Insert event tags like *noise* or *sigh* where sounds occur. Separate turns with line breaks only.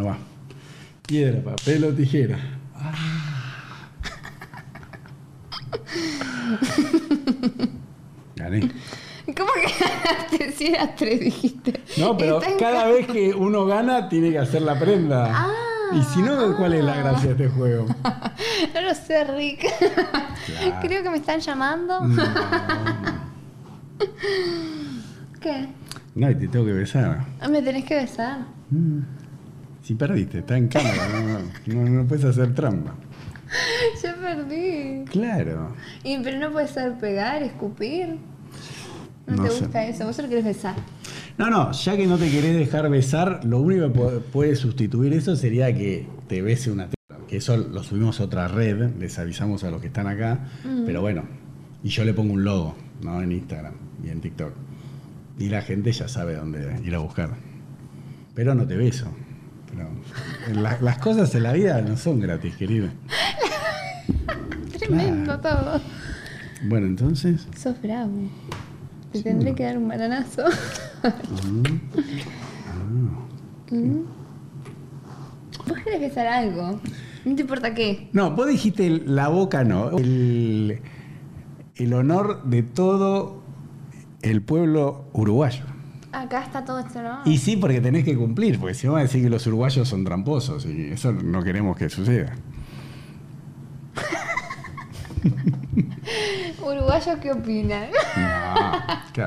No va. Piedra, papel o tijera. Gané.
¿Cómo que *laughs* ganaste si era tres, dijiste?
No, pero
Está en
cada
ca-
vez que uno gana tiene que hacer la prenda.
Ah.
y si no, ¿cuál es la gracia de este juego?
*laughs* No lo sé, Rick.
Claro.
Creo que me están llamando. *laughs* ¿Qué?
No, y te tengo que besar.
Ah, Me tenés que besar. *laughs*
Mm. Si perdiste, está en cámara, no, no- no puedes hacer trampa.
Yo perdí.
Claro.
Y, pero no puede ser pegar, escupir. No,
No
te
sé.
gusta eso. Vos solo querés besar.
No, no, ya que no te querés dejar besar, lo único que po- puede sustituir eso sería que te bese una teta. Que eso lo subimos a otra red, les avisamos a los que están acá. Pero bueno, y yo le pongo un logo, ¿no? En Instagram y en TikTok. Y la gente ya sabe dónde ir a buscar. Pero no te beso. Pero la- las cosas en la vida no son gratis, querido.
Tremendo todo.
Bueno, entonces.
Sos bravo. Te tendré que dar un bananazo. Mm. *laughs* Vos querés besar algo. No te importa qué.
No, vos dijiste el- la boca, no. El, el honor de todo el pueblo uruguayo.
Acá está todo esto, ¿no?
Y sí, porque tenés que cumplir, porque si no van a decir que los uruguayos son tramposos, y eso no queremos que suceda.
¿Uruguayos qué opinan?
No, claro.